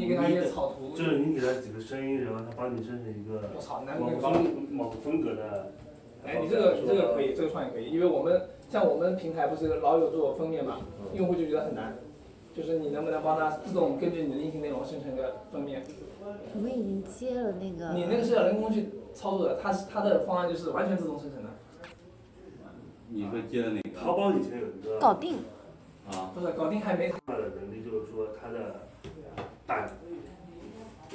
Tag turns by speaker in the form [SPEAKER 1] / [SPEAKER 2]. [SPEAKER 1] 你给他一些草图
[SPEAKER 2] 就，是你给他几个声音，然后他帮你生成一个
[SPEAKER 1] 我操，难
[SPEAKER 2] 某
[SPEAKER 1] 怪
[SPEAKER 2] 个
[SPEAKER 1] 高。
[SPEAKER 2] 风某个风格的。
[SPEAKER 1] 哎，你这个这个可以，这个创意可以，因为我们像我们平台不是老有做封面嘛，
[SPEAKER 2] 嗯
[SPEAKER 1] 用户就觉得很难，就是你能不能帮他自动根据你的音频内容生成个封面？
[SPEAKER 3] 我们已经接了那个，
[SPEAKER 1] 你那个是要人工去操作的，它是它的方案就是完全自动生成的，
[SPEAKER 4] 你说接的那个
[SPEAKER 2] 淘宝以前有一个
[SPEAKER 3] 搞定，
[SPEAKER 4] 啊，
[SPEAKER 1] 不是搞定还没
[SPEAKER 2] 它的能力，就是说它的版